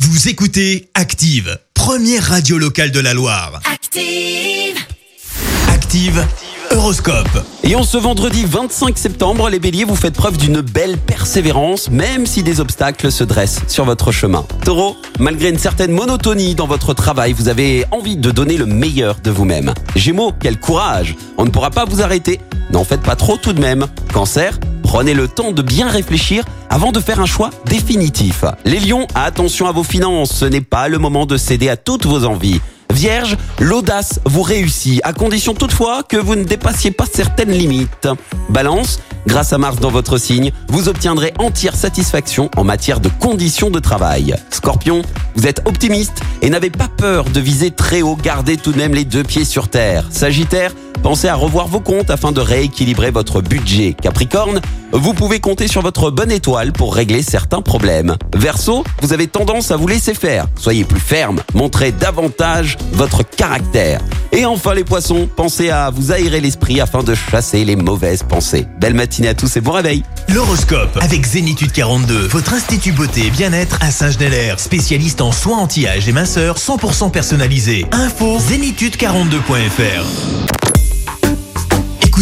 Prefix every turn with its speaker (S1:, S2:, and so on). S1: Vous écoutez Active, première radio locale de la Loire.
S2: Active.
S1: Active, horoscope.
S3: Et en ce vendredi 25 septembre, les béliers, vous faites preuve d'une belle persévérance, même si des obstacles se dressent sur votre chemin. Taureau, malgré une certaine monotonie dans votre travail, vous avez envie de donner le meilleur de vous-même. Gémeaux, quel courage On ne pourra pas vous arrêter. N'en faites pas trop tout de même. Cancer, prenez le temps de bien réfléchir avant de faire un choix définitif. Les lions, attention à vos finances, ce n'est pas le moment de céder à toutes vos envies. Vierge, l'audace vous réussit, à condition toutefois que vous ne dépassiez pas certaines limites. Balance, grâce à Mars dans votre signe, vous obtiendrez entière satisfaction en matière de conditions de travail. Scorpion, vous êtes optimiste et n'avez pas peur de viser très haut, gardez tout de même les deux pieds sur terre. Sagittaire, pensez à revoir vos comptes afin de rééquilibrer votre budget. Capricorne, vous pouvez compter sur votre bonne étoile pour régler certains problèmes. Verseau, vous avez tendance à vous laisser faire. Soyez plus ferme, montrez davantage votre caractère. Et enfin les poissons, pensez à vous aérer l'esprit afin de chasser les mauvaises pensées. Belle matinée à tous et bon réveil.
S1: L'horoscope avec Zénitude 42, votre institut beauté et bien-être à Saint-Genélaire, spécialiste en soins anti-âge et minceur 100% personnalisé. Info zénitude42.fr.